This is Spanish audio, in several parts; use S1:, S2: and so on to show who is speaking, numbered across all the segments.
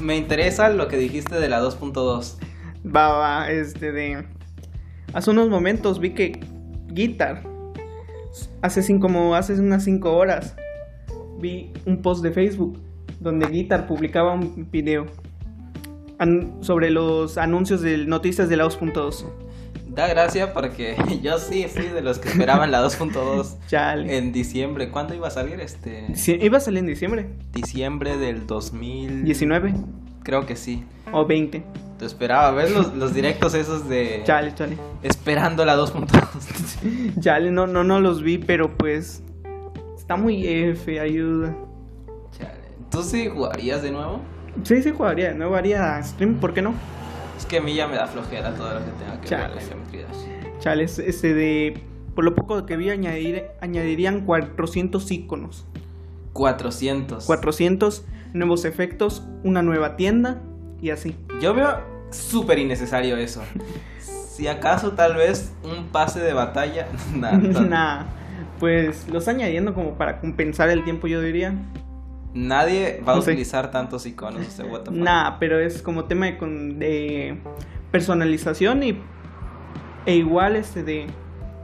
S1: me interesa lo que dijiste de la 2.2.
S2: Va, va, este de. Hace unos momentos vi que Guitar, hace cinco, como hace unas 5 horas, vi un post de Facebook donde Guitar publicaba un video an- sobre los anuncios de noticias de la 2.2.
S1: Da gracia porque yo sí fui de los que esperaban la 2.2
S2: Chale.
S1: en diciembre. ¿Cuándo iba a salir este?
S2: Sí, iba a salir en diciembre,
S1: Diciembre del 2000.
S2: 19
S1: Creo que sí.
S2: o 20.
S1: Te esperaba ver los, los directos esos de
S2: Chale, chale.
S1: esperando la 2.2.
S2: Chale, no, no, no los vi, pero pues. Está muy F, ayuda.
S1: Chale. ¿Tú sí jugarías de nuevo?
S2: Sí, sí, jugaría, no jugaría a stream, ¿por qué no?
S1: Es que a mí ya me da flojera todo lo que tenga que ver
S2: Chale.
S1: con la geometría.
S2: Chales, este de. Por lo poco que vi, añadir, añadirían 400 iconos.
S1: 400.
S2: 400 nuevos efectos, una nueva tienda y así.
S1: Yo veo súper innecesario eso. Si acaso tal vez un pase de batalla. Nah, no.
S2: Nah, pues los añadiendo como para compensar el tiempo, yo diría.
S1: Nadie va a
S2: No sé.
S1: utilizar tantos iconos. o sea, what the fuck.
S2: Nah, pero es como tema de, con- de personalización y. E igual este de.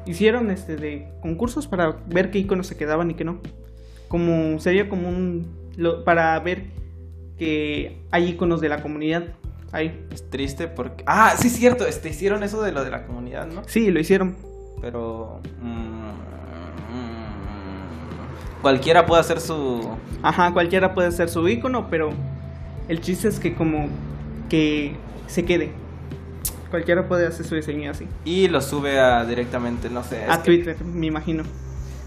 S2: Hicieron este de concursos para ver qué iconos se quedaban y qué no. Como sería como un. lo- para ver que hay iconos de la comunidad. Ahí.
S1: Es triste porque. Ah, sí, es cierto. Este, hicieron eso de lo de la comunidad, ¿no?
S2: Sí, lo hicieron.
S1: Pero. mm, mm, cualquiera puede hacer su.
S2: Ajá, cualquiera puede ser su icono, pero el chiste es que como que se quede. Cualquiera puede hacer su diseño así.
S1: Y lo sube a directamente, no sé. es
S2: a
S1: que-
S2: Twitter, me imagino.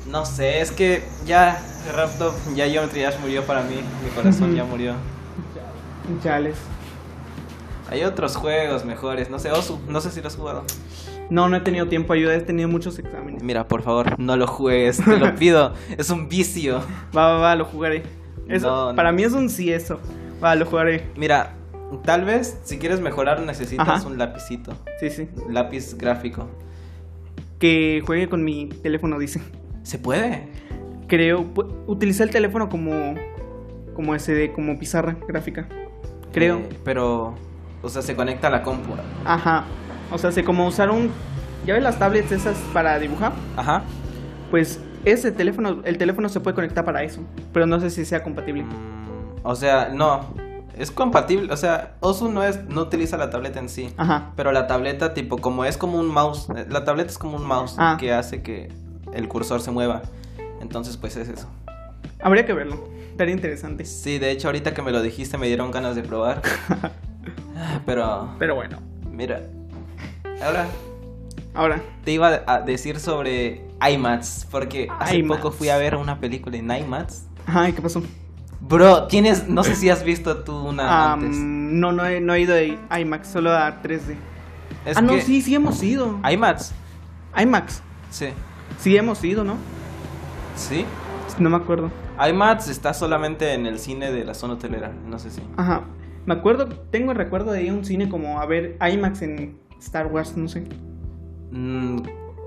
S1: No sé, es que ya Raptop, ya Geometry Dash murió para mí. Mi corazón ya murió.
S2: Chales.
S1: Hay otros juegos mejores, no sé, Osu, no sé si lo has jugado.
S2: No, no he tenido tiempo ayuda, he tenido muchos exámenes.
S1: Mira, por favor, no lo juegues, te lo pido. es un vicio.
S2: Va, va, va, lo jugaré. Eso,
S1: No, no.
S2: Para mí es un sí eso. Va, lo jugaré.
S1: Mira, tal vez si quieres mejorar necesitas
S2: Ajá.
S1: un lapicito,
S2: Sí, sí.
S1: lápiz gráfico.
S2: Que juegue con mi teléfono, dice.
S1: ¿Se puede?
S2: Creo, pu- utilicé el teléfono como, como ese de, como pizarra gráfica. Creo.
S1: Eh, pero, o sea, se conecta a la compu.
S2: Ajá. O sea, se como usar un. ¿Ya ves las tablets esas para dibujar?
S1: Ajá.
S2: Pues ese teléfono, el teléfono se puede conectar para eso. Pero no sé si sea compatible.
S1: Mm, o sea, no, es compatible, o sea, Osu no, es, no utiliza la tableta en sí.
S2: Ajá.
S1: Pero la tableta, tipo, como es como un mouse, eh, la tableta es como un mouse
S2: Ah.
S1: que hace que el cursor se mueva. Entonces, pues es eso.
S2: Habría que verlo. Estaría interesante.
S1: Sí, de hecho, ahorita que me lo dijiste me dieron ganas de probar. Ah, Pero,
S2: Pero bueno.
S1: mira. Ahora
S2: Ahora.
S1: te iba a decir sobre IMAX, porque hace
S2: IMAX.
S1: poco fui a ver una película en IMAX.
S2: Ajá, ¿y ¿qué pasó?
S1: Bro, tienes, no sé si has visto tú una
S2: Ah,
S1: antes.
S2: no, no he, no he ido a IMAX, solo a 3D.
S1: Es
S2: ah, no,
S1: que-
S2: sí, sí hemos ido.
S1: IMAX,
S2: IMAX.
S1: sí,
S2: Sí hemos ido, ¿no?
S1: sí.
S2: No me acuerdo.
S1: IMAX está solamente en el cine de la zona hotelera, no sé si.
S2: Ajá. Me acuerdo, tengo el recuerdo de ir a un cine como a ver IMAX en Star Wars, no sé.
S1: Mm,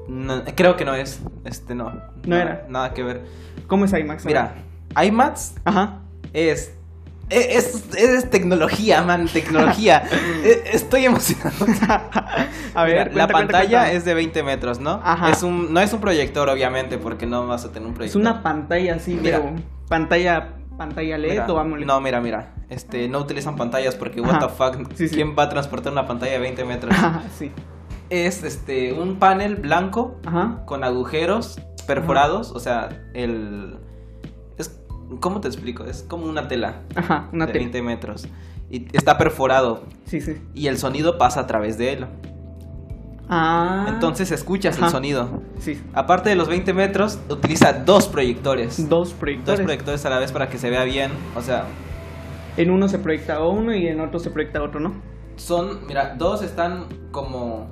S1: no, creo que no es. Este no. No
S2: era.
S1: Nada que ver.
S2: ¿Cómo es IMAX?
S1: Mira, IMAX
S2: Ajá.
S1: es. e- Es, es tecnología, man, tecnología. E- Estoy emocionado.
S2: A ver,
S1: Mira, la
S2: cuenta, cuenta,
S1: pantalla
S2: cuenta.
S1: es de 20 metros, ¿no?
S2: Ajá.
S1: Es un, no es un proyector, obviamente, porque no vas a tener un
S2: Es
S1: proyector.
S2: una pantalla así,
S1: Mira.
S2: pero pantalla pantalla LED
S1: Mira,
S2: o AMOLED.
S1: No, mira, mira. Este, no utilizan pantallas porque, what
S2: Ajá.
S1: the fuck,
S2: Sí, sí.
S1: ¿quién va a transportar una pantalla de 20 metros?
S2: Ajá, sí.
S1: es este, un panel blanco
S2: Ajá.
S1: con agujeros perforados, o sea, el... Es, ¿Cómo te explico? Es como una tela
S2: Ajá, una
S1: de
S2: tele.
S1: 20 metros. Y está perforado
S2: Sí, sí.
S1: y el sonido pasa a través de él.
S2: Ah.
S1: Entonces escuchas el
S2: Ajá.
S1: sonido.
S2: sí.
S1: Aparte de los 20 metros, utiliza dos proyectores.
S2: Dos
S1: Dos
S2: proyectores.
S1: proyectores a la vez para que se vea bien. O sea,
S2: En uno se proyecta uno y en otro se proyecta otro, ¿no?
S1: son, mira, dos están como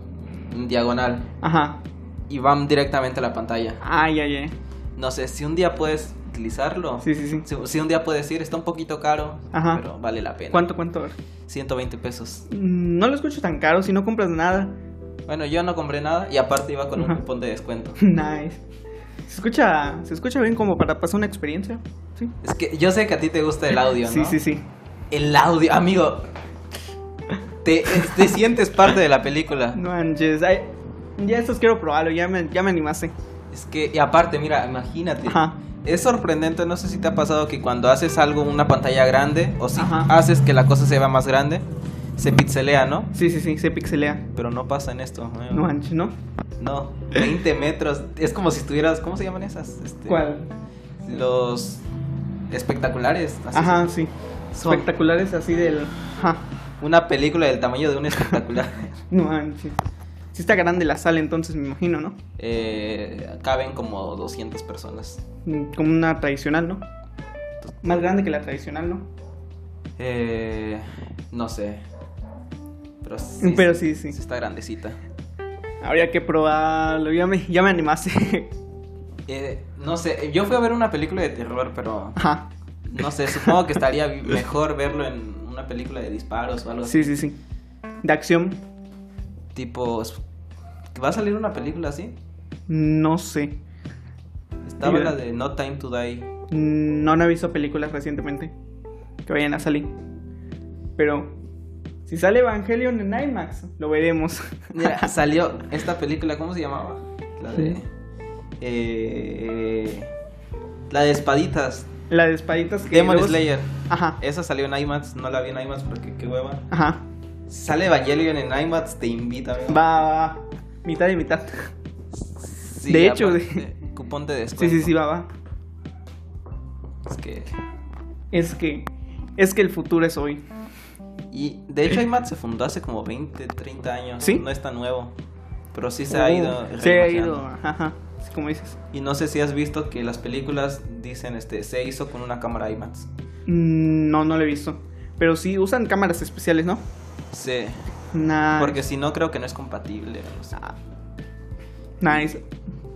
S1: en diagonal
S2: Ajá.
S1: y van directamente a la pantalla.
S2: Ay, ay, ay.
S1: No sé, si un día puedes utilizarlo.
S2: Sí, sí, sí.
S1: Si, si un día puedes ir, está un poquito caro,
S2: Ajá.
S1: pero vale la pena.
S2: ¿Cuánto, cuánto?
S1: 120 pesos.
S2: Mm, No lo escucho tan caro si no compras nada.
S1: Bueno, yo no compré nada y aparte iba con un
S2: Ajá.
S1: cupón de descuento.
S2: Nice. Se escucha, se escucha bien como para pasar una experiencia. Sí.
S1: Es que yo sé que a ti te gusta el audio, ¿no?
S2: Sí, sí, sí.
S1: El audio, amigo. Te, eh, te sientes parte de la película.
S2: No manches, ay, ya estos quiero probarlo, ya me, ya me animaste.
S1: Es que, y aparte, mira, imagínate.
S2: Ajá.
S1: Es sorprendente, no sé si te ha pasado que cuando haces algo en una pantalla grande o si
S2: Ajá.
S1: haces que la cosa se vea más grande, se pixelea, ¿no?
S2: Sí, sí, sí, se pixelea.
S1: Pero no pasa en esto. amigo.
S2: No manches, ¿no?
S1: No, 20 metros. Es como si estuvieras. ¿Cómo se llaman esas? Este, Los espectaculares. así
S2: Ajá, sí.
S1: son.
S2: Espectaculares así del. Ajá.
S1: Una película del tamaño de un espectacular.
S2: No manches. Sí está grande la sala entonces, me imagino, ¿no?
S1: Eh, caben como 200 personas.
S2: Mm, Como una tradicional, ¿no? Más grande que la tradicional, ¿no?
S1: Eh, no sé. Pero sí.
S2: Mm, Pero sí, sí.
S1: Está grandecita.
S2: Habría que probarlo, ya me, ya me animaste.
S1: Eh, no sé, yo fui a ver una película de terror, pero
S2: Ajá.
S1: no sé, supongo que estaría vi- mejor verlo en una película de disparos o algo así.
S2: Sí, sí, sí. De acción,
S1: Tipo, ¿va a salir una película así?
S2: no sé.
S1: Estaba
S2: Sí,
S1: la
S2: ¿verdad?
S1: de No Time to Die.
S2: Mm, No, no he visto películas recientemente que vayan a salir. Pero si sale Evangelion en IMAX, lo veremos.
S1: Mira, salió esta película, ¿cómo se llamaba? La de. eh, la de Espaditas.
S2: La de espaditas que.
S1: Demon
S2: luego-
S1: Slayer.
S2: Ajá.
S1: Esa salió en IMAX, no la vi en IMAX porque qué hueva.
S2: Ajá.
S1: Sale Evangelion en IMAX, te invita. amigo.
S2: Va, va, va. Mitad y mitad.
S1: Sí,
S2: de hecho,
S1: aparte, Cupón de descuento.
S2: Sí, sí, sí, va, va.
S1: Es que.
S2: Es que. Es que el futuro es hoy.
S1: Y de hecho, IMAX se fundó hace como 20, 30 años.
S2: ¿Sí? Oh,
S1: No es tan nuevo. Pero sí se ha ido.
S2: Se ha
S1: reimaginando.
S2: ido. Ajá. ajá. Sí, como dices.
S1: Y no sé si has visto que las películas dicen, este, se hizo con una cámara IMAX.
S2: Mm, No, no lo he visto. Pero sí usan cámaras especiales, ¿no?
S1: Sí.
S2: Nah.
S1: Porque si no, creo que no es compatible. o sea.
S2: Ah. Nice.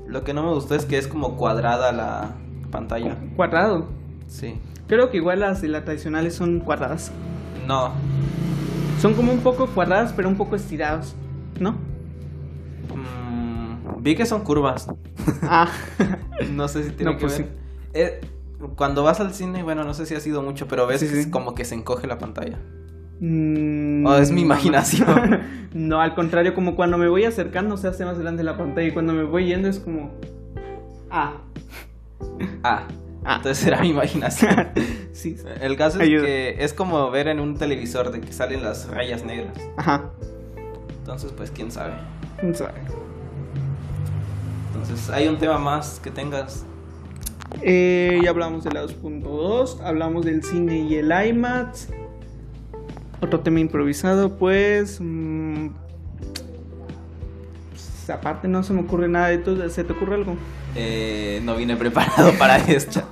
S1: Lo que no me gustó es que es como cuadrada la pantalla.
S2: Cuadrado.
S1: Sí.
S2: Creo que igual las de las tradicionales son cuadradas.
S1: No.
S2: Son como un poco cuadradas, pero un poco estiradas, ¿no?
S1: Mm, vi que son curvas.
S2: Ah,
S1: No sé si tiene
S2: No,
S1: que
S2: pues
S1: ver. Eh, cuando vas al cine, bueno, no sé si ha sido mucho, pero ves
S2: Sí,
S1: que es
S2: sí.
S1: como que se encoge la pantalla.
S2: mm,
S1: Oh, es mi imaginación.
S2: no, al contrario, como cuando me voy acercando se hace más grande la pantalla y cuando me voy yendo es como... Ah,
S1: Ah,
S2: Ah.
S1: entonces era mi imaginación.
S2: sí.
S1: El caso es
S2: Ayuda.
S1: que es como ver en un televisor de que salen las rayas negras.
S2: Ajá.
S1: Entonces, pues quién sabe.
S2: no sabe.
S1: Entonces, hay un tema más que tengas.
S2: Eh, ya hablamos de la 2.2, hablamos del cine y el IMAX. Otro tema improvisado, pues... mm, pues, aparte no se me ocurre nada de todo, ¿se te ocurre algo?
S1: Eh, no vine preparado para esto.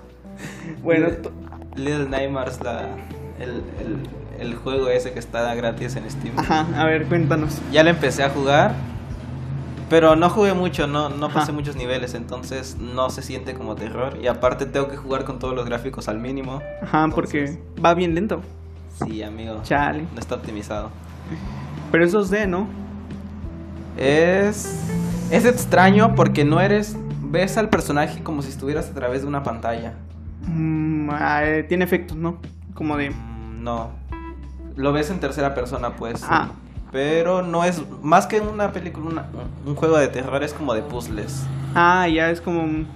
S2: Bueno,
S1: Little-
S2: to-
S1: Little Nightmares, la, el, el- el juego ese que está gratis en Steam.
S2: ajá, a ver, cuéntanos.
S1: Ya lo empecé a jugar, pero no jugué mucho, no, no
S2: Ajá.
S1: pasé muchos niveles, entonces no se siente como terror. Y aparte tengo que jugar con todos los gráficos al mínimo.
S2: Ajá, porque va bien lento.
S1: Sí, amigo.
S2: Chale.
S1: No está optimizado.
S2: Pero eso es de, ¿no?
S1: Es, es extraño porque no eres... Ves al personaje como si estuvieras a través de una pantalla.
S2: Mm, ah, eh, tiene efectos, ¿no? Como de...
S1: Mm, No. Lo ves en tercera persona, pues.
S2: Ah.
S1: Pero no es. Más que una película, una- un- un juego de terror es como de puzzles.
S2: Ah, ya es como... mm,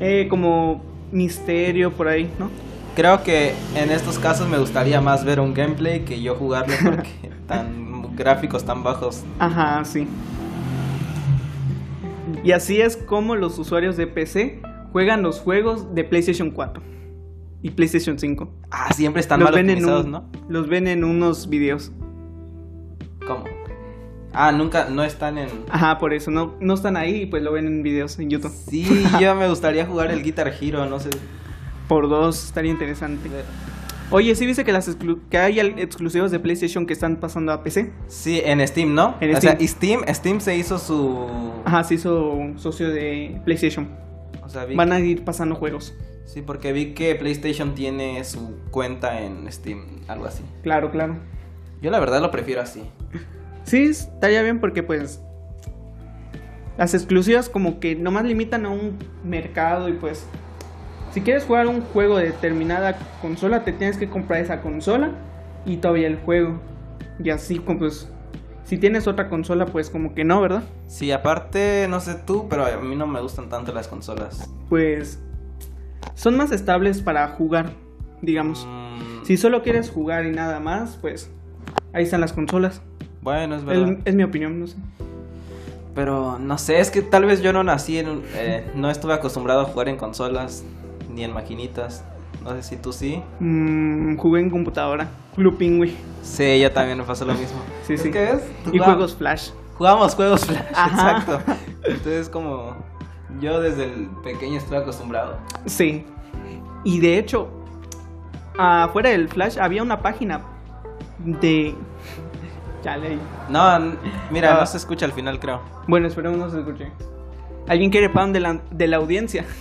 S2: Eh, como misterio por ahí, ¿no?
S1: Creo que en estos casos me gustaría más ver un gameplay que yo jugarlo porque tan gráficos tan bajos.
S2: Ajá, sí. Y así es como los usuarios de PC juegan los juegos de PlayStation 4 y PlayStation 5.
S1: Ah, siempre están
S2: los
S1: mal
S2: ven en
S1: optimizados,
S2: un-
S1: ¿no?
S2: Los ven en unos videos.
S1: ¿Cómo? Ah, nunca, no están en.
S2: Ajá, por eso no, no están ahí y pues lo ven en videos en YouTube.
S1: Sí, yo me gustaría jugar el Guitar Hero, no sé.
S2: Por dos, estaría interesante. Oye, ¿sí viste que, las exclu- que hay al- exclusivos de PlayStation que están pasando a PC?
S1: Sí, en Steam, ¿no?
S2: En
S1: o sea,
S2: Steam.
S1: Steam, Steam se hizo su.
S2: Ajá, se hizo un socio de PlayStation.
S1: O sea, vi
S2: Van a ir pasando juegos.
S1: Sí, porque vi que PlayStation tiene su cuenta en Steam, algo así.
S2: Claro, claro.
S1: Yo la verdad lo prefiero así.
S2: Sí, estaría bien porque pues las exclusivas como que nomás limitan a un mercado y pues Si quieres jugar un juego de determinada consola, te tienes que comprar esa consola y todavía el juego. Y así, como, pues, si tienes otra consola, pues como que no, ¿verdad?
S1: Sí, aparte, no sé tú, pero a mí no me gustan tanto las consolas.
S2: Pues son más estables para jugar, digamos.
S1: Mm,
S2: Si solo quieres jugar y nada más, pues ahí están las consolas.
S1: Bueno, es verdad.
S2: Es, es mi opinión, no sé.
S1: Pero no sé, es que tal vez yo no nací en. un- eh, no estuve acostumbrado a jugar en consolas ni en maquinitas. No sé si tú sí.
S2: Mm, jugué en computadora, Club Penguin
S1: Sí, ella también me pasó lo mismo.
S2: Sí,
S1: ¿Es
S2: sí.
S1: que es? Pues
S2: y
S1: Jugaba-
S2: juegos Flash.
S1: Jugábamos juegos flash,
S2: Ajá.
S1: exacto. Entonces, como. Yo desde el pequeño estoy acostumbrado.
S2: Sí. Y de hecho, afuera del Flash había una página de... Ya leí.
S1: No, n- mira,
S2: Ah.
S1: no se escucha al final, creo.
S2: Bueno, esperemos no se escuche. ¿Alguien quiere pan de la, de la audiencia?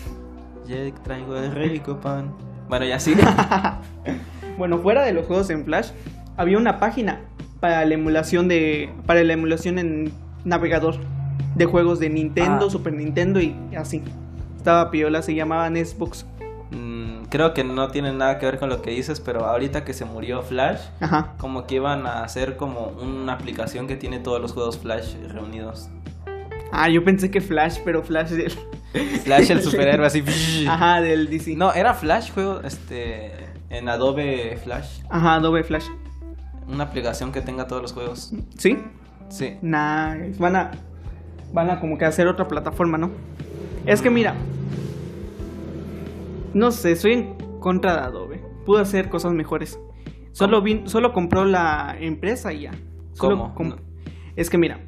S1: Ya traigo el rico pan. Bueno, ya sí.
S2: Bueno, fuera de los juegos en Flash, había una página para la emulación de para la emulación en navegador de juegos de Nintendo,
S1: Ah.
S2: Super Nintendo y así. Estaba piola, se llamaban Xbox.
S1: Mm, creo que no tiene nada que ver con lo que dices, pero ahorita que se murió Flash,
S2: Ajá.
S1: como que iban a hacer como una aplicación que tiene todos los juegos Flash reunidos.
S2: Ah, yo pensé que Flash, pero Flash del
S1: Flash el superhéroe así.
S2: Ajá, del DC.
S1: No, era Flash juego este en Adobe Flash,
S2: Ajá, Adobe Flash.
S1: una aplicación que tenga todos los juegos.
S2: ¿Sí?
S1: Sí.
S2: Nah, van a van a como que hacer otra plataforma, ¿no? Es que mira, no sé, estoy en contra de Adobe. Pudo hacer cosas mejores. Solo
S1: ¿Cómo?
S2: vin- solo compró la empresa y ya. Solo
S1: ¿Cómo?
S2: com-
S1: No.
S2: Es que mira,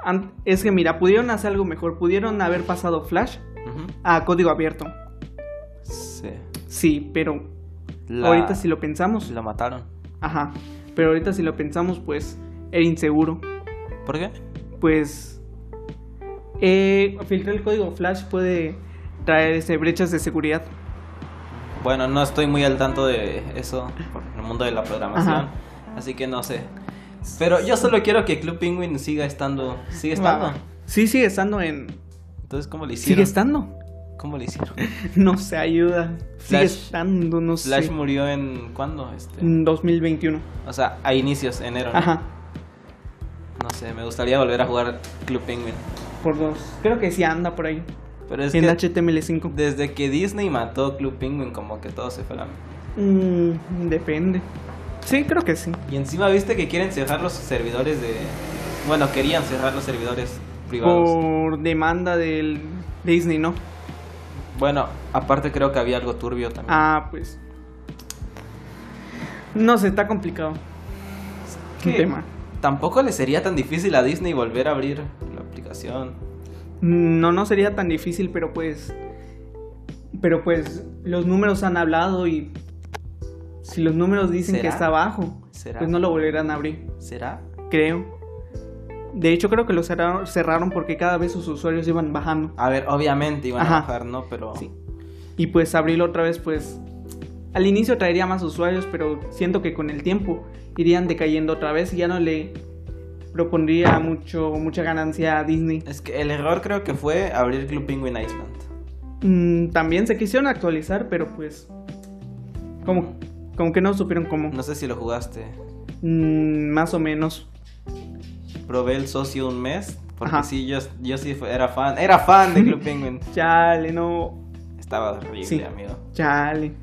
S2: an- es que mira, pudieron hacer algo mejor, pudieron haber pasado Flash
S1: Ujú.
S2: a código abierto.
S1: Sí.
S2: Sí, pero
S1: La-
S2: ahorita si lo pensamos,
S1: la mataron.
S2: ajá, pero ahorita si lo pensamos, pues era inseguro.
S1: ¿Por qué?
S2: pues eh, filtrar el código flash puede traer este, brechas de seguridad.
S1: Bueno, no estoy muy al tanto de eso por el mundo de la programación,
S2: Ajá.
S1: así que no sé. Pero yo solo quiero que Club Penguin siga estando, sigue estando.
S2: Va. Sí, sigue estando en...
S1: Entonces, ¿cómo le
S2: ¿Sigue
S1: hicieron?
S2: estando?
S1: ¿Cómo le hicieron?
S2: No se ayuda. Sigue
S1: Flash-
S2: estando, no
S1: Flash
S2: sé.
S1: murió en ¿cuándo? Este,
S2: En 2021.
S1: o sea, a inicios enero. ¿no?
S2: Mm. Ajá.
S1: No sé, me gustaría volver a jugar Club Penguin.
S2: Por dos. Creo que sí anda por ahí.
S1: Pero es
S2: en
S1: que
S2: HTML5.
S1: desde que Disney mató Club Penguin como que todo se fue a la m-
S2: Mm, depende. Sí, creo que sí.
S1: Y encima viste que quieren cerrar los servidores de bueno, querían cerrar los servidores privados.
S2: Por demanda del Disney, ¿no?
S1: Bueno, aparte creo que había algo turbio también.
S2: Ah, pues. No sé, está complicado.
S1: ¿Qué?
S2: Tema.
S1: Tampoco le sería tan difícil a Disney volver a abrir la aplicación.
S2: No, no sería tan difícil, pero pues. Pero pues los números han hablado y. Si los números dicen que
S1: ¿Será?
S2: está bajo,
S1: ¿Será?
S2: pues no lo volverán a abrir,
S1: ¿Será?
S2: creo. De hecho, creo que lo cerraron, cerraron porque cada vez sus usuarios iban bajando.
S1: A ver, obviamente iban a
S2: Ajá.
S1: bajar, ¿no? Pero
S2: Sí. Y pues abrirlo otra vez, pues. Al inicio traería más usuarios, pero siento que con el tiempo irían decayendo otra vez y ya no le propondría mucho, mucha ganancia a Disney.
S1: es que el error creo que fue abrir Club Penguin Island.
S2: Mm, también se quisieron actualizar, pero pues. Como, como que no supieron cómo.
S1: No sé si lo jugaste.
S2: Mm, más o menos.
S1: Probé el socio un mes. Porque
S2: Ajá.
S1: sí, yo, yo sí fue- era fan. Era fan de Club Penguin.
S2: Chale, no.
S1: Estaba horrible,
S2: Sí.
S1: amigo.
S2: Chale.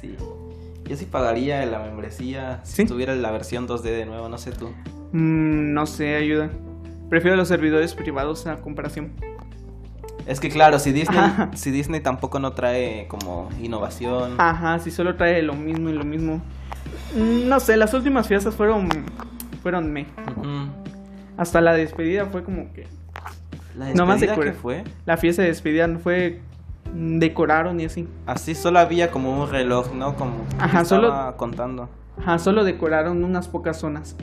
S1: Sí. Yo sí pagaría la membresía
S2: ¿Sí?
S1: si tuviera la versión 2D de nuevo, no sé tú.
S2: Mm, no sé, ayuda. Prefiero los servidores privados a comparación.
S1: Es que claro, si Disney,
S2: Ajá. Ah.
S1: si Disney tampoco no trae como innovación.
S2: Ajá, si solo trae lo mismo y lo mismo. Mm, no sé, las últimas fiestas fueron. Fueron me.
S1: Ujú.
S2: Hasta la despedida fue como que.
S1: La
S2: No más
S1: despedida
S2: de
S1: que
S2: cura.
S1: fue,
S2: La fiesta de despedida no fue. mm, Decoraron y así.
S1: así solo había como un reloj, ¿no? Como que
S2: Ajá,
S1: estaba
S2: solo-
S1: contando.
S2: Ajá, solo decoraron unas pocas zonas.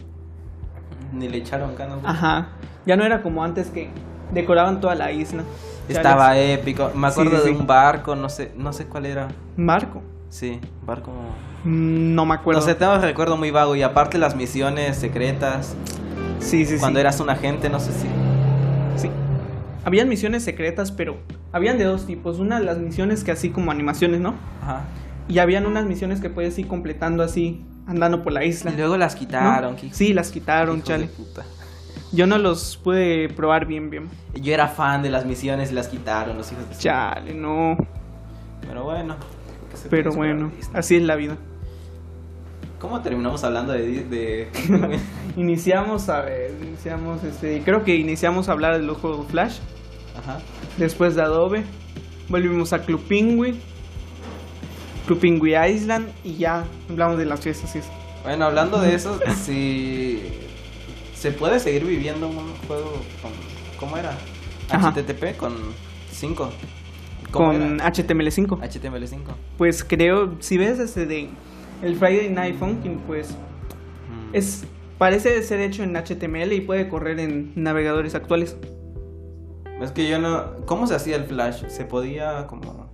S1: Ni le echaron ganas.
S2: Ajá. Ya no era como antes que decoraban toda la isla.
S1: Estaba épico. Me
S2: Sí,
S1: acuerdo
S2: sí,
S1: de
S2: sí.
S1: un barco, no sé, no sé cuál era.
S2: Marco. Mm,
S1: Sí, barco.
S2: No me acuerdo.
S1: No sé, tengo un recuerdo muy vago y aparte las misiones secretas
S2: sí, sí,
S1: cuando
S2: sí.
S1: eras un agente, no sé si.
S2: Sí. Habían misiones secretas, pero Habían de dos tipos. Una, las misiones que así como animaciones, ¿no?
S1: Ajá.
S2: Y habían unas misiones que puedes ir completando así, andando por la isla.
S1: Y luego las
S2: ¿no?
S1: quitaron. qué
S2: Sí, las quitaron,
S1: hijos de
S2: chale.
S1: puta.
S2: Yo no los pude probar bien, bien.
S1: Yo era fan de las misiones y las quitaron los hijos de su-
S2: Chale, no.
S1: Pero bueno. ¿qué se puede
S2: Pero
S1: esperar
S2: bueno,
S1: de Disney?
S2: así es la vida.
S1: ¿Cómo terminamos hablando de... Di- de...
S2: Iniciamos, a ver, iniciamos, este, creo que iniciamos a hablar de los juegos Flash,
S1: Ajá.
S2: después de Adobe, volvimos a Club Penguin, Club Penguin Island y ya hablamos de las fiestas. sí.
S1: Bueno, hablando de eso, si se puede seguir viviendo un juego con ¿cómo era?
S2: Ajá.
S1: HTTP con 5.
S2: Con HTML5.
S1: HTML5.
S2: Pues creo, si ves desde el Friday Night Funkin', pues
S1: Mm.
S2: es parece ser hecho en HTML y puede correr en navegadores actuales.
S1: Es que yo no ¿Cómo se hacía el Flash? Se podía como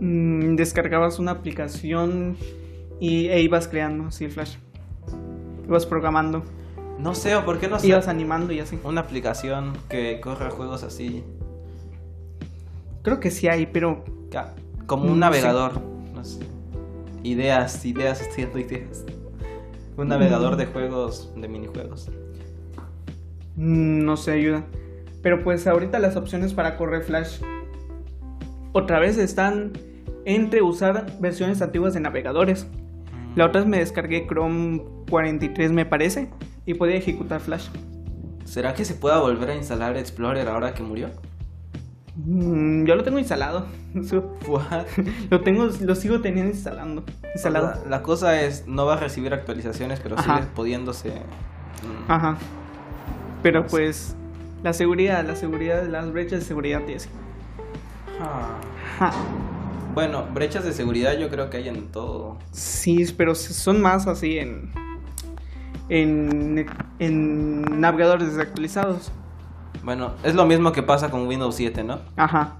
S2: Mm, descargabas una aplicación y e ibas creando así el Flash. Ibas programando,
S1: no sé, o por qué no sé
S2: ibas animando y así.
S1: una aplicación que corra juegos así
S2: Creo que sí hay, pero
S1: ca- como un
S2: No sé.
S1: navegador, no sé. Ideas, ideas, haciendo ideas. Un navegador de juegos de minijuegos.
S2: mm, no se ayuda. Pero pues ahorita las opciones para correr Flash otra vez están entre usar versiones antiguas de navegadores. La otra vez me descargué Chrome 43 me parece y podía ejecutar Flash.
S1: ¿Será que se pueda volver a instalar Explorer ahora que murió?
S2: Mm, yo lo tengo instalado.
S1: What?
S2: Lo tengo, lo sigo teniendo instalando. Instalado.
S1: La, la cosa es, no va a recibir actualizaciones, pero
S2: Ajá.
S1: sigue pudiéndose. mm,
S2: Ajá. Pero pues la seguridad, la seguridad, las brechas de seguridad y así.
S1: ajá.
S2: Ajá.
S1: Bueno, brechas de seguridad yo creo que hay en todo.
S2: Sí, pero se- son más así en en, en navegadores desactualizados.
S1: Bueno, es lo mismo que pasa con Windows 7, ¿no?
S2: Ajá.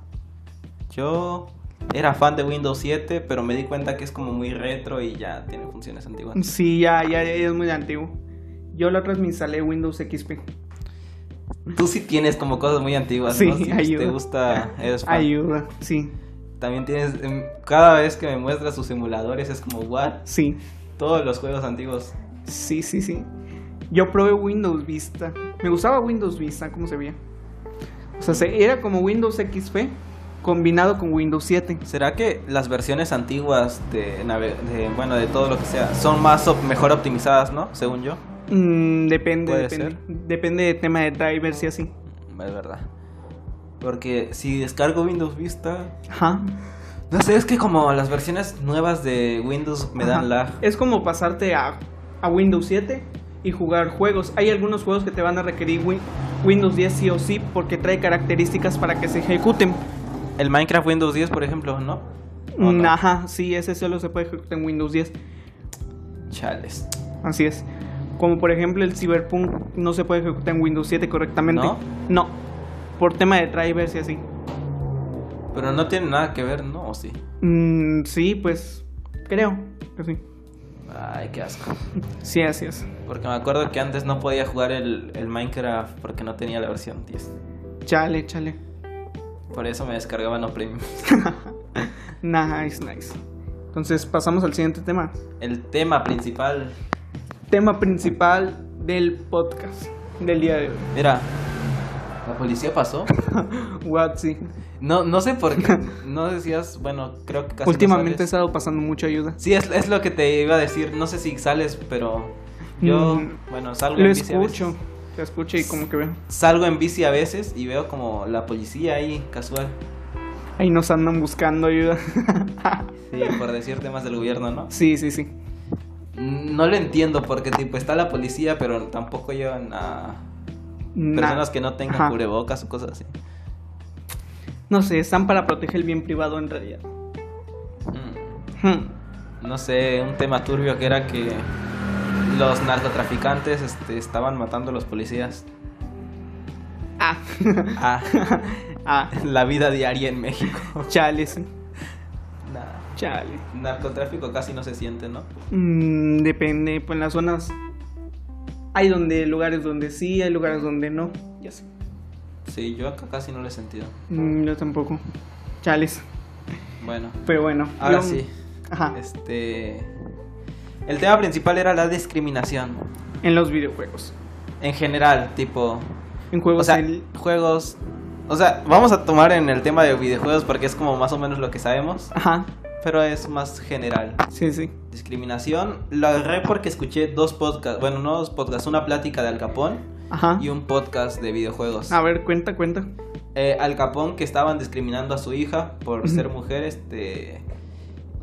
S1: Yo era fan de Windows 7, pero me di cuenta que es como muy retro y ya tiene funciones antiguas.
S2: Sí, ya, ya, ya es muy antiguo. Yo la otra vez me instalé Windows XP.
S1: Tú sí tienes como cosas muy antiguas, ¿no?
S2: Sí,
S1: Si
S2: ayuda.
S1: te gusta, eres fan.
S2: Ayuda, sí,
S1: También tienes, em, cada vez que me muestras sus simuladores es como, what?
S2: sí,
S1: Todos los juegos antiguos.
S2: sí, sí, sí. Yo probé Windows Vista. Me gustaba Windows Vista, cómo se veía. O sea, se- era como Windows XP combinado con Windows 7.
S1: ¿Será que las versiones antiguas de, nave- de, bueno de todo lo que sea son más op- mejor optimizadas, no? Según yo.
S2: Mm, depende,
S1: Puede
S2: depende.
S1: ser.
S2: Depende del tema de drivers y así.
S1: Mm, Es verdad. Porque si descargo Windows Vista,
S2: Ajá.
S1: no sé, es que como las versiones nuevas de Windows me
S2: Ajá.
S1: dan lag.
S2: Es como pasarte a, a Windows 7 y jugar juegos. Hay algunos juegos que te van a requerir Win- Windows 10 sí o sí porque trae características para que se ejecuten.
S1: El Minecraft Windows 10, por ejemplo, ¿no? ¿O
S2: Mm,
S1: Oh, no?
S2: Ajá, sí, ese solo se puede ejecutar en Windows 10.
S1: Chales.
S2: Así es. Como por ejemplo el Cyberpunk no se puede ejecutar en Windows 7 correctamente.
S1: ¿No?
S2: No. Por tema de drivers y así.
S1: Pero no tiene nada que ver, ¿no? ¿O sí?
S2: Mm, sí, pues creo que sí.
S1: Ay, qué asco.
S2: Sí, así es.
S1: Porque me acuerdo que antes no podía jugar el, el Minecraft porque no tenía la versión 10.
S2: Chale, chale.
S1: Por eso me descargaba no premium.
S2: Nice, nice. Entonces pasamos al siguiente tema.
S1: El tema principal
S2: Tema principal del podcast del día de hoy.
S1: Mira, la policía pasó.
S2: What, sí.
S1: No, no sé por qué. No decías, bueno, creo que casi. no
S2: Últimamente he
S1: sales.
S2: estado pasando mucha ayuda.
S1: Sí, es, es lo que te iba a decir. No sé si sales, pero yo,
S2: Mm.
S1: bueno, salgo
S2: Lo
S1: en bici. a
S2: escucho.
S1: veces.
S2: Lo escucho y como que veo.
S1: Salgo en bici a veces y veo como la policía ahí, casual.
S2: Ahí nos andan buscando ayuda.
S1: Sí, por decir temas del gobierno, ¿no?
S2: sí, sí, sí.
S1: No lo entiendo porque, tipo, está la policía, pero tampoco llevan a
S2: Na-
S1: personas que no tengan
S2: Ajá.
S1: cubrebocas o cosas así.
S2: No sé, están para proteger el bien privado en realidad.
S1: Mm.
S2: Hmm.
S1: no sé, un tema turbio que era que los narcotraficantes este, estaban matando a los policías.
S2: Ah.
S1: Ah,
S2: ah.
S1: la vida diaria en México.
S2: Chale, sí.
S1: Nah,
S2: Chale.
S1: narcotráfico casi no se siente, ¿no?
S2: Mm, depende, pues en las zonas hay donde lugares donde sí, hay lugares donde no. Ya sé.
S1: Sí, yo acá casi no lo he sentido.
S2: Mm, yo tampoco. Chales.
S1: Bueno,
S2: Pero bueno.
S1: ahora
S2: yo- Ah.
S1: sí.
S2: Ajá.
S1: Este. El tema principal era la discriminación.
S2: En los videojuegos.
S1: En general, tipo.
S2: En juegos
S1: O sea,
S2: en-
S1: juegos. O sea, vamos a tomar en el tema de videojuegos porque es como más o menos lo que sabemos.
S2: Ajá.
S1: Pero es más general.
S2: Sí, sí.
S1: Discriminación. Lo agarré porque escuché dos podcasts. Bueno, no dos podcasts. Una plática de Al Capón
S2: Ajá.
S1: y un podcast de videojuegos.
S2: A ver, cuenta, cuenta.
S1: Eh, Al Capón que estaban discriminando a su hija por
S2: Ujú.
S1: ser mujer. Este.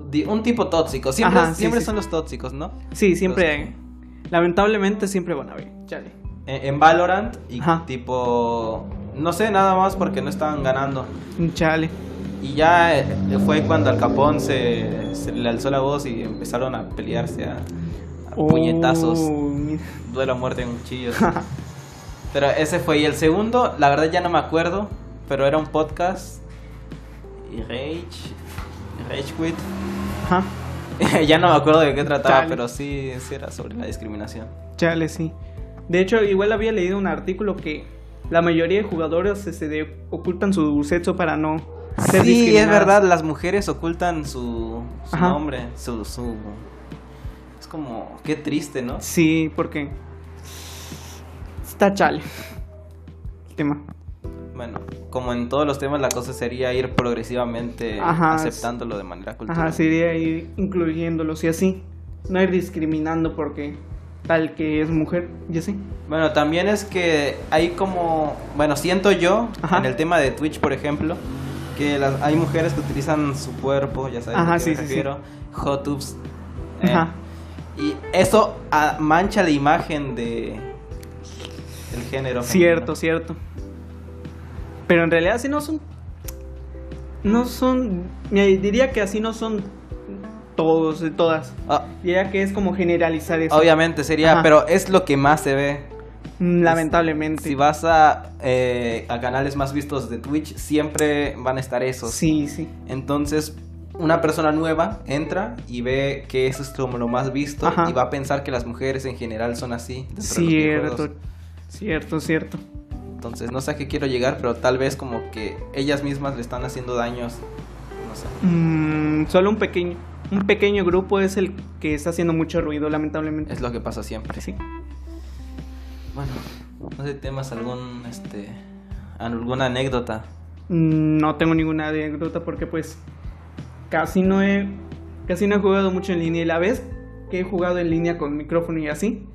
S1: di- Un tipo tóxico. Siempre,
S2: Ajá, sí,
S1: siempre
S2: sí,
S1: son
S2: sí.
S1: los tóxicos, ¿no?
S2: Sí, siempre hay. Lamentablemente siempre van a ver. Chale.
S1: Eh, en, en Valorant y
S2: Ajá.
S1: tipo no sé nada más porque no estaban ganando
S2: Chale.
S1: y ya eh, fue cuando al Capón se, se le alzó la voz y empezaron a pelearse a, a puñetazos
S2: Oh, mira.
S1: duelo a muerte en cuchillos pero ese fue y el segundo la verdad ya no me acuerdo pero era un podcast y Rage Rage Quit
S2: Ajá.
S1: ya no me acuerdo de qué trataba
S2: Chale.
S1: pero sí, sí era sobre la discriminación
S2: Chale, sí. De hecho, igual había leído un artículo que la mayoría de jugadoras este, de- ocultan su sexo para no ser
S1: Sí, es
S2: discriminadas.
S1: verdad, las mujeres ocultan su, su
S2: Ajá.
S1: nombre, su, su... Es como, qué triste, ¿no?
S2: Sí, porque está chale. El tema.
S1: Bueno, como en todos los temas la cosa sería ir progresivamente
S2: Ajá,
S1: aceptándolo de manera cultural.
S2: Ajá, sería ir incluyéndolos y así. No ir discriminando porque tal que es mujer y así.
S1: Bueno, también es que hay como, bueno, siento yo,
S2: Ajá.
S1: en el tema de Twitch, por ejemplo, que las, hay mujeres que utilizan su cuerpo, ya sabes
S2: Ajá,
S1: a qué me
S2: sí, sí, sí.
S1: refiero, hot tubs, eh,
S2: Ajá.
S1: Y eso ah, mancha la imagen de el género. femenino.
S2: Cierto, cierto. Pero en realidad así no son. No son. me Diría que así no son todos y todas.
S1: Ah,
S2: Diría que es como generalizar eso.
S1: obviamente sería,
S2: Ajá.
S1: pero es lo que más se ve.
S2: Mm, Lamentablemente.
S1: Si vas a, eh, a canales más vistos de Twitch, siempre van a estar esos.
S2: Sí, sí.
S1: Entonces, una persona nueva entra y ve que eso es como lo más visto
S2: Ajá.
S1: y va a pensar que las mujeres en general son así. dentro de los
S2: Cierto.
S1: videojuegos.
S2: Cierto, cierto.
S1: Entonces, no sé a qué quiero llegar, pero tal vez como que ellas mismas le están haciendo daños. No sé.
S2: Mm, solo un pequeño. Un pequeño grupo es el que está haciendo mucho ruido, lamentablemente.
S1: Es lo que pasa siempre.
S2: Sí.
S1: Bueno, no sé, temas algún, este, alguna anécdota.
S2: Mm, No tengo ninguna anécdota porque pues casi no he casi no he jugado mucho en línea y la vez que he jugado en línea con micrófono y así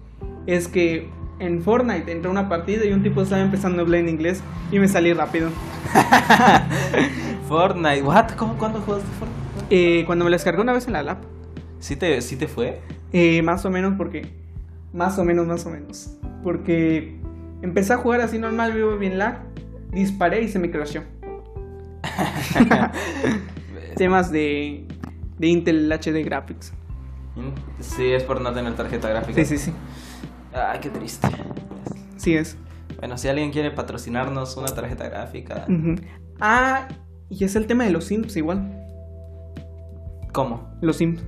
S2: es que en Fortnite entré a una partida y un tipo estaba empezando a hablar en inglés y me salí rápido.
S1: Fortnite, what? ¿Cómo, cuándo jugaste Fortnite?
S2: Eh, cuando me lo descargué una vez en la lap,
S1: ¿Sí te, sí te fue?
S2: eh, más o menos porque más o menos más o menos porque empecé a jugar así normal, vivo bien lag, disparé y se me crasheó. Temas de de Intel HD Graphics.
S1: Sí, es por no tener tarjeta gráfica.
S2: Sí, sí, sí.
S1: Ay, qué triste.
S2: Sí es.
S1: Bueno, si alguien quiere patrocinarnos una tarjeta gráfica,
S2: Ujú. Ah, y es el tema de los Sims igual.
S1: ¿cómo?
S2: Los Sims.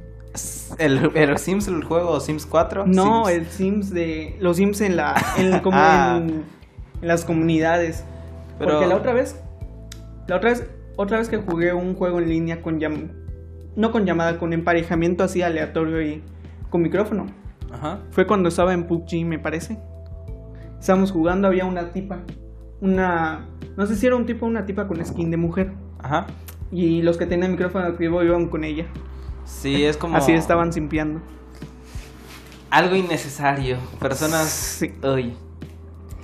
S1: ¿El, el Sims, el juego Sims 4?
S2: No,
S1: Sims.
S2: el Sims de los Sims en la en, como
S1: Ah.
S2: en, en las comunidades.
S1: Pero-
S2: Porque la otra vez la otra vez otra vez que jugué un juego en línea con llam- no con llamada, con emparejamiento así aleatorio y con micrófono.
S1: Ajá.
S2: Fue cuando estaba en PUBG, me parece. Estábamos jugando, había una tipa, una no sé si era un tipo o una tipa con skin de mujer.
S1: Ajá.
S2: Y los que tenían micrófono activo iban con ella.
S1: Sí, es como...
S2: Así estaban simpiando.
S1: Algo innecesario. Personas...
S2: Sí,
S1: Uy.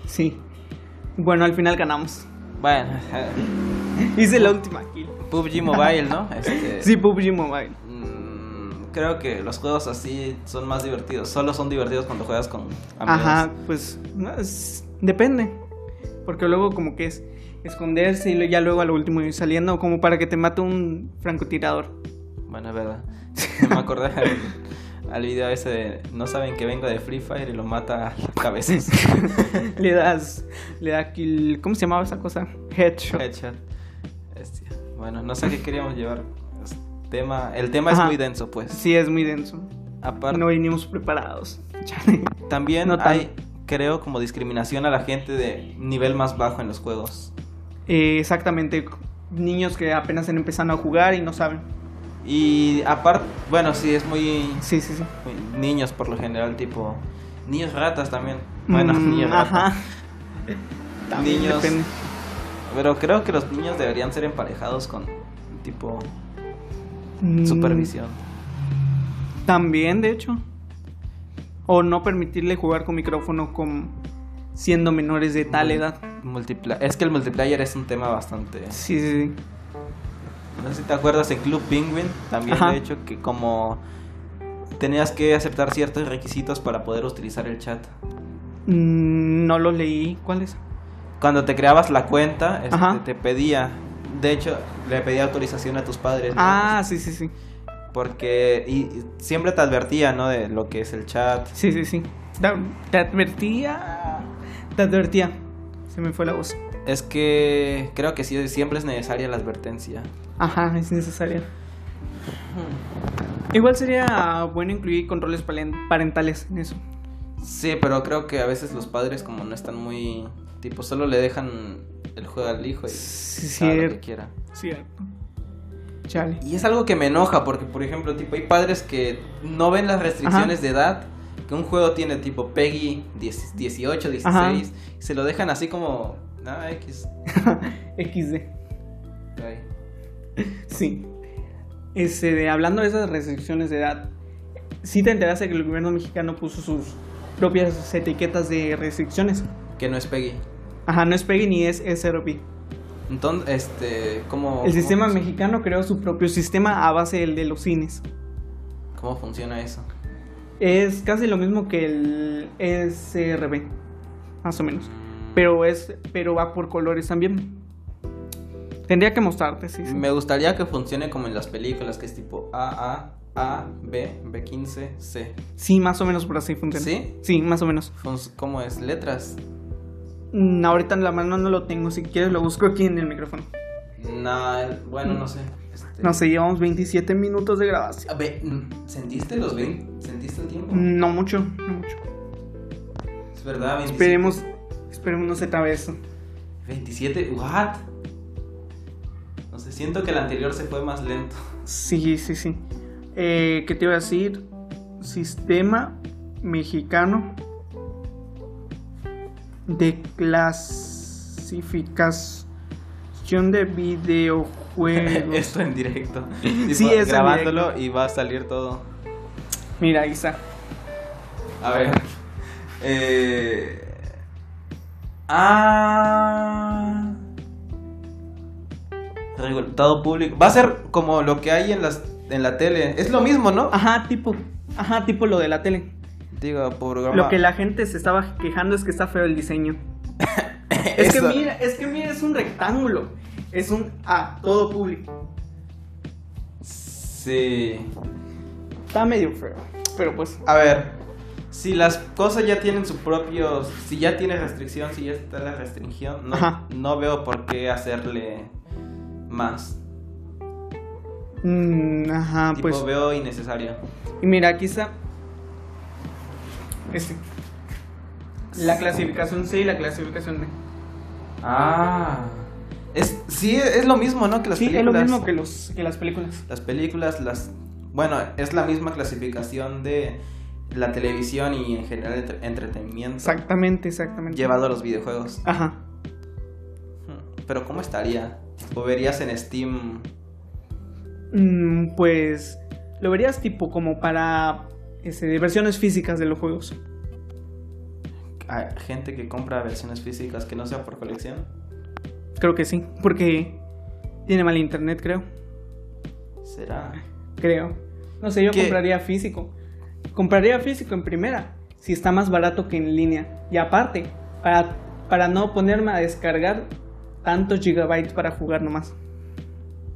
S2: sí. Bueno, al final ganamos.
S1: Bueno, eh,
S2: Hice la última kill.
S1: PUBG Mobile, ¿no? Este...
S2: Sí, PUBG Mobile.
S1: Mm, Creo que los juegos así son más divertidos. Solo son divertidos cuando juegas con amigos.
S2: Ajá, pues es- depende. Porque luego como que es esconderse y lo- ya luego a lo último ir saliendo como para que te mate un francotirador.
S1: Bueno, es verdad. Me acordé al, al video ese de no saben que vengo de Free Fire y lo mata a cabezas.
S2: Le das, le da kill, ¿cómo se llamaba esa cosa? Headshot.
S1: Headshot. Bestia. Bueno, no sé a qué queríamos llevar. Es Tema, el tema
S2: Ajá.
S1: es muy denso, pues.
S2: Sí, es muy denso.
S1: Aparte,
S2: No venimos preparados. Chale.
S1: también
S2: no tan-
S1: hay, creo, como discriminación a la gente de nivel más bajo en los juegos.
S2: Eh, exactamente, niños que apenas están empezando a jugar y no saben.
S1: Y aparte, bueno, sí, es muy,
S2: Sí, sí, sí.
S1: muy niños por lo general, tipo niños ratas también. Bueno,
S2: Mm,
S1: niños ratas.
S2: Ajá. También
S1: Niños.
S2: depende.
S1: Pero creo que los niños deberían ser emparejados con tipo
S2: Mm,
S1: supervisión.
S2: También, de hecho. O no permitirle jugar con micrófono con siendo menores de tal
S1: Mul-
S2: edad.
S1: Multipla- es que el multiplayer es un tema bastante.
S2: Sí, sí, sí.
S1: No sé si te acuerdas en Club Penguin, también
S2: Ajá.
S1: de hecho que como tenías que aceptar ciertos requisitos para poder utilizar el chat.
S2: Mm, no lo leí. ¿Cuál es?
S1: Cuando te creabas la cuenta, este,
S2: Ajá.
S1: te pedía, de hecho, le pedía autorización a tus padres. ¿no?
S2: Ah, sí, sí, sí.
S1: Porque y, y siempre te advertía, ¿no? De lo que es el chat.
S2: Sí, sí, sí. Da- Te advertía. Te advertía. Se me fue la voz.
S1: Es que creo que sí, siempre es necesaria la advertencia.
S2: Ajá, es necesaria. Igual sería bueno incluir controles palen- parentales en eso.
S1: Sí, pero creo que a veces los padres como no están muy... Tipo, solo le dejan el juego al hijo y
S2: Sí,
S1: haga lo que
S2: cierto.
S1: quiera.
S2: Cierto. Chale.
S1: Y es algo que me enoja porque, por ejemplo, tipo, hay padres que no ven las restricciones de edad, que un juego tiene tipo Peggy 10 18, 16,
S2: Ajá.
S1: y se lo dejan así como... Ah, X.
S2: XD.
S1: ay".
S2: Sí. Este, de- hablando de esas restricciones de edad, sí te enteraste que el gobierno mexicano puso sus propias etiquetas de restricciones.
S1: Que no es Peggy.
S2: Ajá, no es PEGI ni es SRP.
S1: Entonces, este, ¿cómo...
S2: El sistema
S1: cómo,
S2: mexicano creó su propio sistema a base del de los cines.
S1: ¿Cómo funciona eso?
S2: Es casi lo mismo que el SRB, más o menos. Pero es, pero va por colores también. Tendría que mostrarte, sí. sí.
S1: Mm, Me gustaría que funcione como en las películas, que es tipo A, A, A, B, B15, C.
S2: Sí, más o menos por así funciona.
S1: ¿Sí?
S2: Sí, más o menos.
S1: Fun- ¿Cómo es? Letras.
S2: Mm, ahorita en la mano no lo tengo. Si quieres lo busco aquí en el micrófono.
S1: Nah, bueno, no sé. Este-
S2: No sé, llevamos 27 minutos de grabación. Mm,
S1: A ver, mm, ¿sentiste los 20? ¿Sentiste el tiempo?
S2: No mucho, no mucho.
S1: Es verdad, 27.
S2: Esperemos, esperemos no se trabe eso.
S1: 27, what? No sé, siento que el anterior se fue más lento.
S2: Sí, sí, sí. Eh, ¿Qué te iba a decir? Sistema mexicano de clasificación de videojuegos.
S1: Esto en directo.
S2: Sí, es en
S1: grabándolo y va a salir todo.
S2: Mira, ahí está.
S1: A ver. Eh... Ah. Regulado público. Va a ser como lo que hay en las en la tele. Es lo mismo, ¿no?
S2: Ajá, tipo, ajá, tipo lo de la tele.
S1: Digo, por programa.
S2: Lo que la gente se estaba quejando es que está feo el diseño. Es que
S1: Eso.
S2: mira, es que mira, es un rectángulo. Es un a todo público.
S1: Sí.
S2: Está medio feo. Pero pues.
S1: A ver. Si las cosas ya tienen su propio. Si ya tiene restricción, si ya está la restricción,
S2: Ajá.
S1: no, no veo por qué hacerle más.
S2: mm, ajá,
S1: tipo,
S2: pues.
S1: veo innecesario.
S2: Y mira, aquí está. Este. La clasificación C y la clasificación D.
S1: Ah. Es, sí, es lo mismo, ¿no? Que las
S2: sí,
S1: películas.
S2: es lo mismo que, los, que las películas.
S1: Las películas, las. Bueno, es la misma clasificación de la televisión y en general entre- entretenimiento.
S2: Exactamente, exactamente.
S1: Llevado a los videojuegos.
S2: Ajá.
S1: Hmm, Pero ¿cómo estaría? ¿Lo verías en Steam?
S2: Mm, pues. Lo verías tipo como para. Este, versiones físicas de los juegos.
S1: a gente que compra versiones físicas que no sea por colección?
S2: Creo que sí. Porque. Tiene mal internet, creo.
S1: ¿Será?
S2: creo. No sé, yo
S1: ¿Qué?
S2: compraría físico. Compraría físico en primera, si está más barato que en línea. Y aparte, para, para no ponerme a descargar tantos gigabytes para jugar nomás.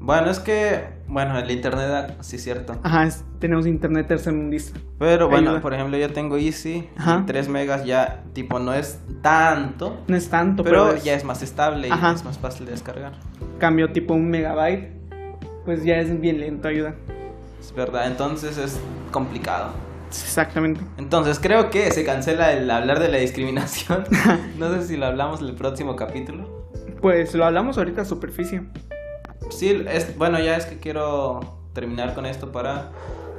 S1: Bueno, es que, bueno, el internet, da- sí, cierto.
S2: Ajá, es- tenemos internet tercermundista.
S1: Pero bueno,
S2: Ah, Ayuda.
S1: por ejemplo, yo tengo Easy,
S2: Ajá.
S1: 3 megas ya, tipo, no es tanto,
S2: No es tanto,
S1: pero,
S2: pero,
S1: ya es más estable
S2: Ajá.
S1: y es más fácil de descargar.
S2: cambio tipo un megabyte. Pues ya es bien lento, ayuda.
S1: Es verdad, entonces es complicado.
S2: Exactamente.
S1: Entonces creo que se cancela el hablar de la discriminación. No sé si lo hablamos en el próximo capítulo.
S2: Pues lo hablamos ahorita a superficie.
S1: Sí, es, bueno, ya es que quiero terminar con esto para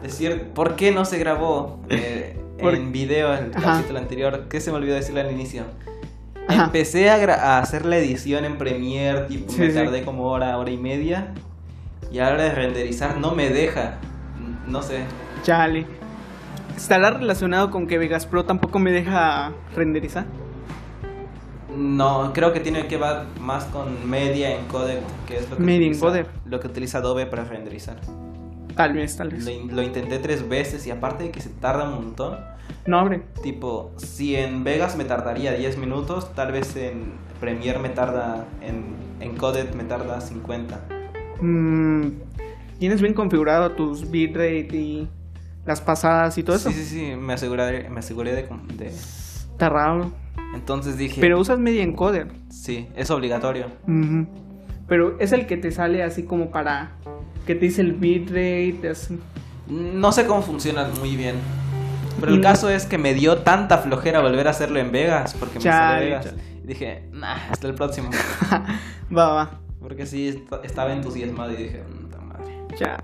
S1: decir por qué no se grabó eh,
S2: Por-
S1: en video el
S2: Ajá.
S1: capítulo anterior, que se me olvidó decirlo al inicio.
S2: Ajá.
S1: Empecé a, gra- a hacer la edición en Premiere, tipo,
S2: Sí,
S1: me
S2: sí.
S1: tardé como hora, hora y media. Y a la hora de renderizar no me deja. N- No sé.
S2: Chale. ¿Estará relacionado con que Vegas Pro tampoco me deja renderizar?
S1: No, creo que tiene que ver más con media encodec, que es lo que,
S2: Media
S1: utiliza,
S2: encoder.
S1: lo que utiliza Adobe para renderizar.
S2: Tal vez, tal
S1: Lo,
S2: vez.
S1: in- lo intenté tres veces y aparte de que se tarda un montón,
S2: No, hombre.
S1: tipo, si en Vegas me tardaría 10 minutos, tal vez en Premiere me tarda, en encodec me tarda 50.
S2: Mm, ¿Tienes bien configurado tus bitrate y las pasadas y todo eso?
S1: Sí, sí, sí, me aseguré, me aseguré de, com- de-
S2: Está raro.
S1: Entonces dije,
S2: Pero usas media encoder.
S1: sí, es obligatorio.
S2: Ujú. Pero es el que te sale así como para... Que te dice el bitrate, así.
S1: No sé cómo funcionan muy bien. Pero el
S2: Mm.
S1: caso es que me dio tanta flojera volver a hacerlo en Vegas, porque me salió
S2: Chale,
S1: Vegas.
S2: chale.
S1: Y dije, nah, hasta el próximo.
S2: Va, va.
S1: Porque sí, est- estaba entusiasmado y dije, puta madre.
S2: Ya.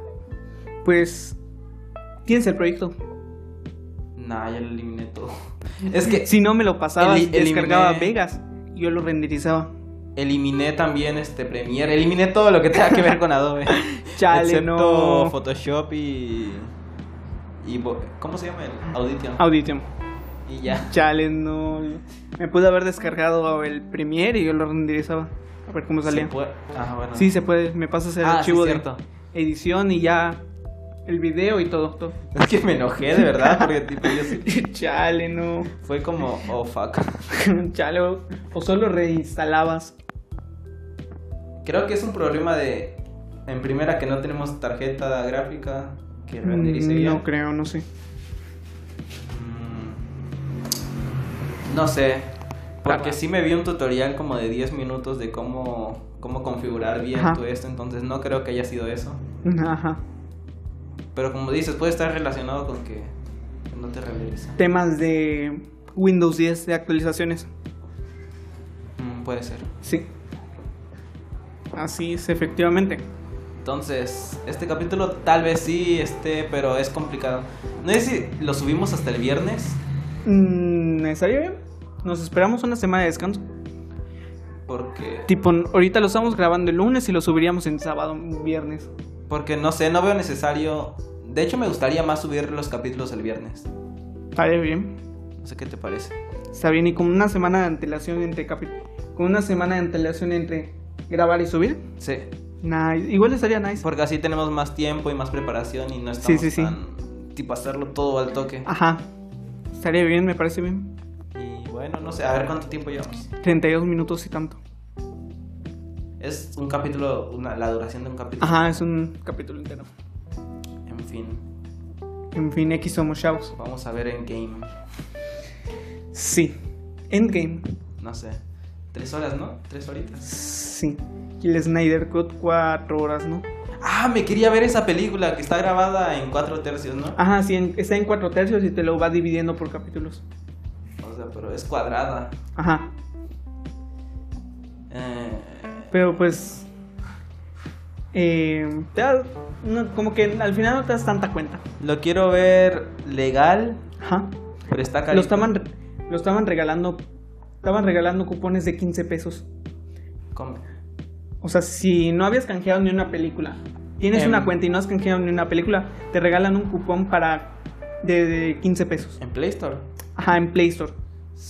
S2: Pues... Tienes el proyecto.
S1: Nah, ya lo eliminé todo. Es que
S2: Si no me lo pasabas,
S1: Eli-
S2: descargaba
S1: eliminé-
S2: Vegas. y Yo lo renderizaba.
S1: eliminé también este Premiere, eliminé todo lo que tenga que ver con Adobe.
S2: Chale,
S1: excepto
S2: no.
S1: Photoshop y... y bo- ¿Cómo se llama? El Audition.
S2: Audition.
S1: y ya.
S2: Chale, no. Me pude haber descargado el Premiere y yo lo renderizaba. A ver cómo salía.
S1: Se puede- Ah, bueno.
S2: Pues Sí, se puede. Me pasas el
S1: Ah, sí,
S2: archivo de
S1: cierto.
S2: edición y ya el video y todo. todo.
S1: Es que me enojé de verdad, porque tipo, yo sí-
S2: Chale, no.
S1: Fue como, oh fuck.
S2: Chale, o, o solo reinstalabas.
S1: Creo que es un problema de. En primera, que no tenemos tarjeta gráfica que renderice
S2: Mm,
S1: bien.
S2: No creo, no sé.
S1: Mm, No sé. Porque
S2: Claro.
S1: sí me vi un tutorial como de 10 minutos de cómo, cómo configurar bien
S2: Ajá.
S1: todo esto, entonces no creo que haya sido eso.
S2: Ajá.
S1: Pero como dices, puede estar relacionado con que no te renderiza.
S2: Temas de Windows 10 de actualizaciones.
S1: Mm, puede ser.
S2: Sí. Así es, efectivamente.
S1: Entonces, este capítulo tal vez sí esté, pero es complicado. No sé si lo subimos hasta el viernes,
S2: Mm, ¿Estaría bien? Nos esperamos una semana de descanso.
S1: porque
S2: Tipo, ahorita lo estamos grabando el lunes y lo subiríamos en sábado, viernes.
S1: Porque no sé, no veo necesario. De hecho, me gustaría más subir los capítulos el viernes.
S2: Estaría bien.
S1: No sé qué te parece.
S2: Está bien, y con una semana de antelación entre capi- Con una semana de antelación entre grabar y subir.
S1: Sí.
S2: Nice. Igual estaría nice.
S1: Porque así tenemos más tiempo y más preparación y no
S2: Sí,
S1: estamos
S2: sí, Ah. sí.
S1: tan. Tipo, hacerlo todo al toque.
S2: Ajá. Estaría bien, me parece bien.
S1: Y bueno, no sé, a ver cuánto tiempo llevamos.
S2: 32 minutos y tanto.
S1: Es un capítulo, una, la duración de un capítulo.
S2: Ajá, es un capítulo entero.
S1: En fin, pues,
S2: En fin, X somos chavos.
S1: vamos a ver en game.
S2: Sí. Endgame.
S1: No sé. Tres horas, ¿no? Tres horitas.
S2: Sí. Y el Snyder Cut, cuatro horas, ¿no?
S1: Ah, me quería ver esa película que está grabada en cuatro tercios, ¿no?
S2: Ajá, sí, en- está en cuatro tercios y te lo va dividiendo por capítulos.
S1: O sea, pero es cuadrada.
S2: Ajá.
S1: Eh,
S2: Pero pues. eh, te da- no, como que al final no te das tanta cuenta.
S1: Lo quiero ver legal,
S2: Ajá.
S1: pero está
S2: Lo
S1: carito.
S2: estaban, re- lo estaban regalando. Estaban regalando cupones de 15 pesos.
S1: ¿Cómo?
S2: O sea, si no habías canjeado ni una película, tienes
S1: Em.
S2: una cuenta y no has canjeado ni una película, te regalan un cupón para de, de 15 pesos.
S1: En Play Store.
S2: Ajá, en Play Store.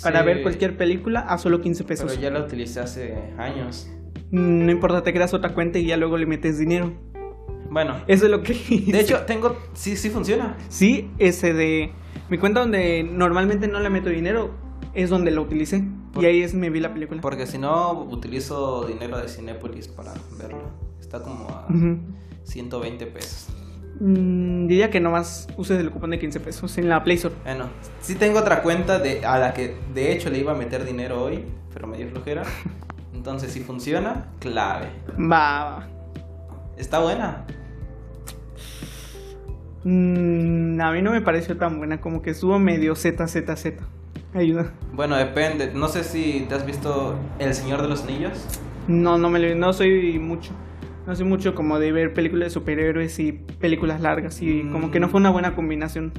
S2: Para
S1: Sí,
S2: ver cualquier película a solo 15
S1: Pero
S2: pesos.
S1: ya la utilicé hace años.
S2: Mm, No importa, te creas otra cuenta y ya luego le metes dinero.
S1: Bueno,
S2: Eso es lo que.
S1: de hecho, tengo. Sí, sí funciona.
S2: Sí, ese de. Mi cuenta donde normalmente no le meto dinero es donde lo utilicé.
S1: Por-
S2: Y ahí es me vi la película.
S1: Porque si no, utilizo dinero de Cinépolis para verlo. Está como a
S2: Ujú.
S1: 120 pesos.
S2: Mm, diría que nomás uses el cupón de 15 pesos en la Play Store.
S1: Bueno, sí tengo otra cuenta de, a la que de hecho le iba a meter dinero hoy, pero me dio flojera. Entonces, si funciona, clave.
S2: Va. va.
S1: Está buena.
S2: Mm, Nah, a mí no me pareció tan buena, como que estuvo medio ZZZ. Ayuda.
S1: Bueno, depende. No sé si te has visto El Señor de los Anillos.
S2: No, no me lo- no soy mucho. No soy mucho como de ver películas de superhéroes y películas largas y como
S1: Mm.
S2: que no fue una buena combinación.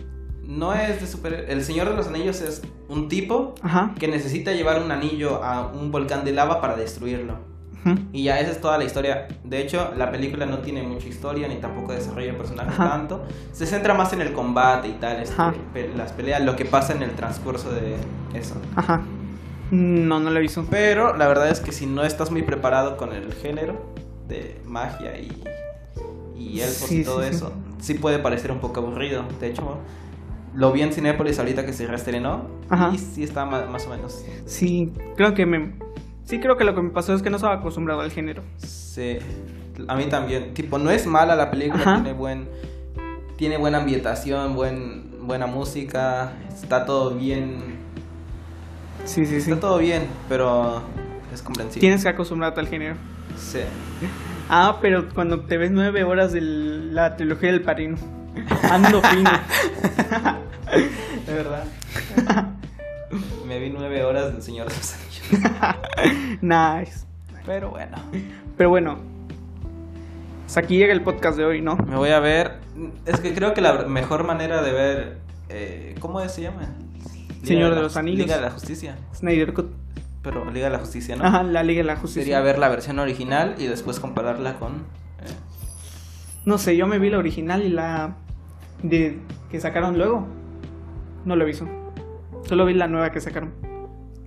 S1: No es de super... El Señor de los Anillos es un tipo
S2: Ajá.
S1: que necesita llevar un anillo a un volcán de lava para destruirlo.
S2: Ujú.
S1: Y ya esa es toda la historia. De hecho, la película no tiene mucha historia ni tampoco desarrolla el personaje
S2: Ajá.
S1: tanto. Se centra más en el combate y tal, este,
S2: Ajá.
S1: pe- las peleas, lo que pasa en el transcurso de eso.
S2: Ajá. Mm, No, no lo he visto.
S1: Pero la verdad es que si no estás muy preparado con el género de magia y, y elfos
S2: Sí,
S1: y todo
S2: sí, sí.
S1: eso, sí. puede parecer un poco aburrido. De hecho, lo vi en Cinépolis ahorita que se reestrenó
S2: Ajá.
S1: y sí está ma- más o menos.
S2: Sí, creo que me... Sí, creo que lo que me pasó es que no estaba acostumbrado al género.
S1: Sí, a mí también. Tipo, no es mala la película,
S2: Ajá.
S1: tiene buen tiene buena ambientación, buen buena música, está todo bien,
S2: Sí, sí, sí.
S1: está todo bien, pero es comprensible.
S2: Tienes que acostumbrarte al género.
S1: Sí.
S2: Ah, pero cuando te ves nueve horas de la trilogía del Parino. Ando fino.
S1: De verdad. Me vi nueve horas del Señor de los Anillos.
S2: Nice.
S1: Pero bueno.
S2: Pero bueno. Hasta aquí llega el podcast de hoy, ¿no?
S1: Me voy a ver. Es que creo que la mejor manera de ver. eh, ¿Cómo se llama? Liga
S2: Señor de
S1: la
S2: los
S1: Jus-
S2: Anillos.
S1: Liga de la Justicia.
S2: Snyder Cut.
S1: Pero Liga de la Justicia, ¿no?
S2: Ajá, la Liga de la Justicia.
S1: Sería ver la versión original y después compararla con. eh,
S2: No sé, yo me vi la original y la de que sacaron luego. No lo he visto. Solo vi la nueva que sacaron.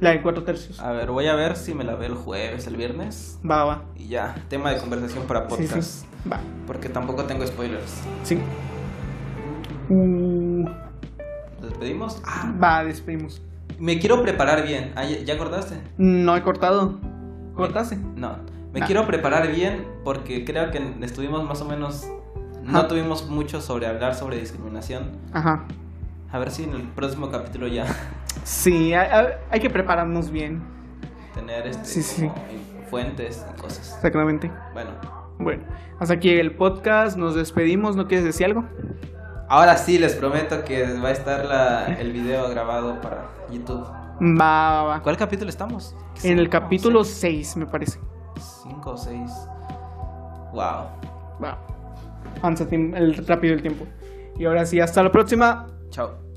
S2: La de cuatro tercios.
S1: a ver, voy a ver si me la veo el jueves, el viernes.
S2: Va, va.
S1: Y ya, tema de conversación para
S2: Sí,
S1: podcast.
S2: sí. Va.
S1: Porque tampoco tengo spoilers.
S2: Sí. Uh,
S1: ¿Nos despedimos? Ah,
S2: va, despedimos.
S1: me quiero preparar bien. Ah, ¿ya- ¿Ya acordaste?
S2: No he cortado. ¿Cortaste?
S1: No, me
S2: Nah.
S1: quiero preparar bien porque creo que estuvimos más o menos, no
S2: Ajá.
S1: tuvimos mucho sobre hablar sobre discriminación.
S2: Ajá.
S1: A ver si en el próximo capítulo ya
S2: Sí, hay, hay- hay que prepararnos bien.
S1: tener este,
S2: Sí, sí.
S1: como fuentes y cosas.
S2: Exactamente.
S1: Bueno,
S2: Bueno, hasta aquí llega el podcast. Nos despedimos. ¿No quieres decir algo?
S1: ahora sí les prometo que va a estar la, el video grabado para YouTube.
S2: Va, va, va.
S1: ¿Cuál capítulo estamos?
S2: En el
S1: Cinco,
S2: capítulo
S1: seis.
S2: 6, me parece.
S1: Cinco o 6. Wow.
S2: Va. Avanza tim- el rápido el tiempo. Y ahora sí, hasta la próxima.
S1: Chao.